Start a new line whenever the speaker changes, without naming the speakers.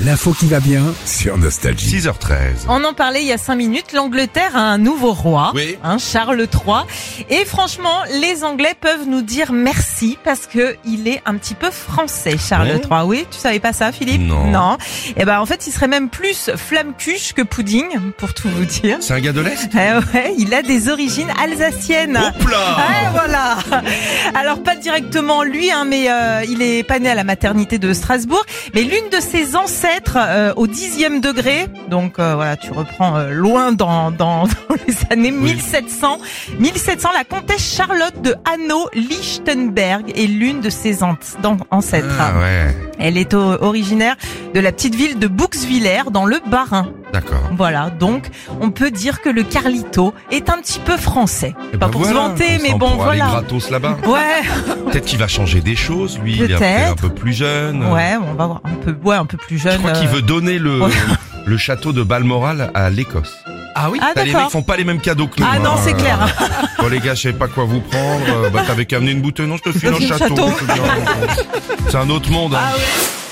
L'info qui va bien.
sur Nostalgie.
6h13.
On en parlait il y a cinq minutes, l'Angleterre a un nouveau roi,
Oui.
hein, Charles III. Et franchement, les Anglais peuvent nous dire merci parce que il est un petit peu français, Charles
Ouais.
III. Oui, tu savais pas ça, Philippe
Non.
Et ben en fait, il serait même plus flamme cuche que pudding, pour tout vous dire.
C'est un gars de l'Est
Eh ouais, il a des origines alsaciennes.
Hop là
Ouais, voilà. Alors pas directement lui, hein, mais euh, il est pas né à la maternité de Strasbourg, mais l'une de ses ancêtres euh, au dixième degré. Donc euh, voilà, tu reprends euh, loin dans, dans, dans les années
Oui.
1700. 1700, la comtesse Charlotte de Hanau-Lichtenberg est l'une de ses an- dan- ancêtres.
Ah ouais,
Elle est au- originaire de la petite ville de Bouxwiller dans le Bas-Rhin.
d'accord.
Voilà, donc on peut dire que le Carlito est un petit peu français.
Eh
Pas
ben
pour
voilà,
se vanter,
on
mais
s'en
bon,
pourra aller
voilà.
gratos là-bas.
Ouais,
Peut-être qu'il va changer des choses, lui. Il est peut-être un peu plus jeune.
ouais, on va voir un peu, ouais, un peu plus
Je
jeune.
crois qu'il
euh.
veut donner le,
Ouais.
le château de Balmoral à l'Écosse.
Ah oui
Ah
T'as les mecs
d'accord.
font pas les mêmes cadeaux que nous.
Ah non,
hein.
c'est clair.
Bon les gars, je savais pas quoi vous prendre. Euh, Bah t'avais qu'à amener une bouteille. Non, je te file un
Le
château.
château.
C'est un autre monde. hein.
Ah ouais.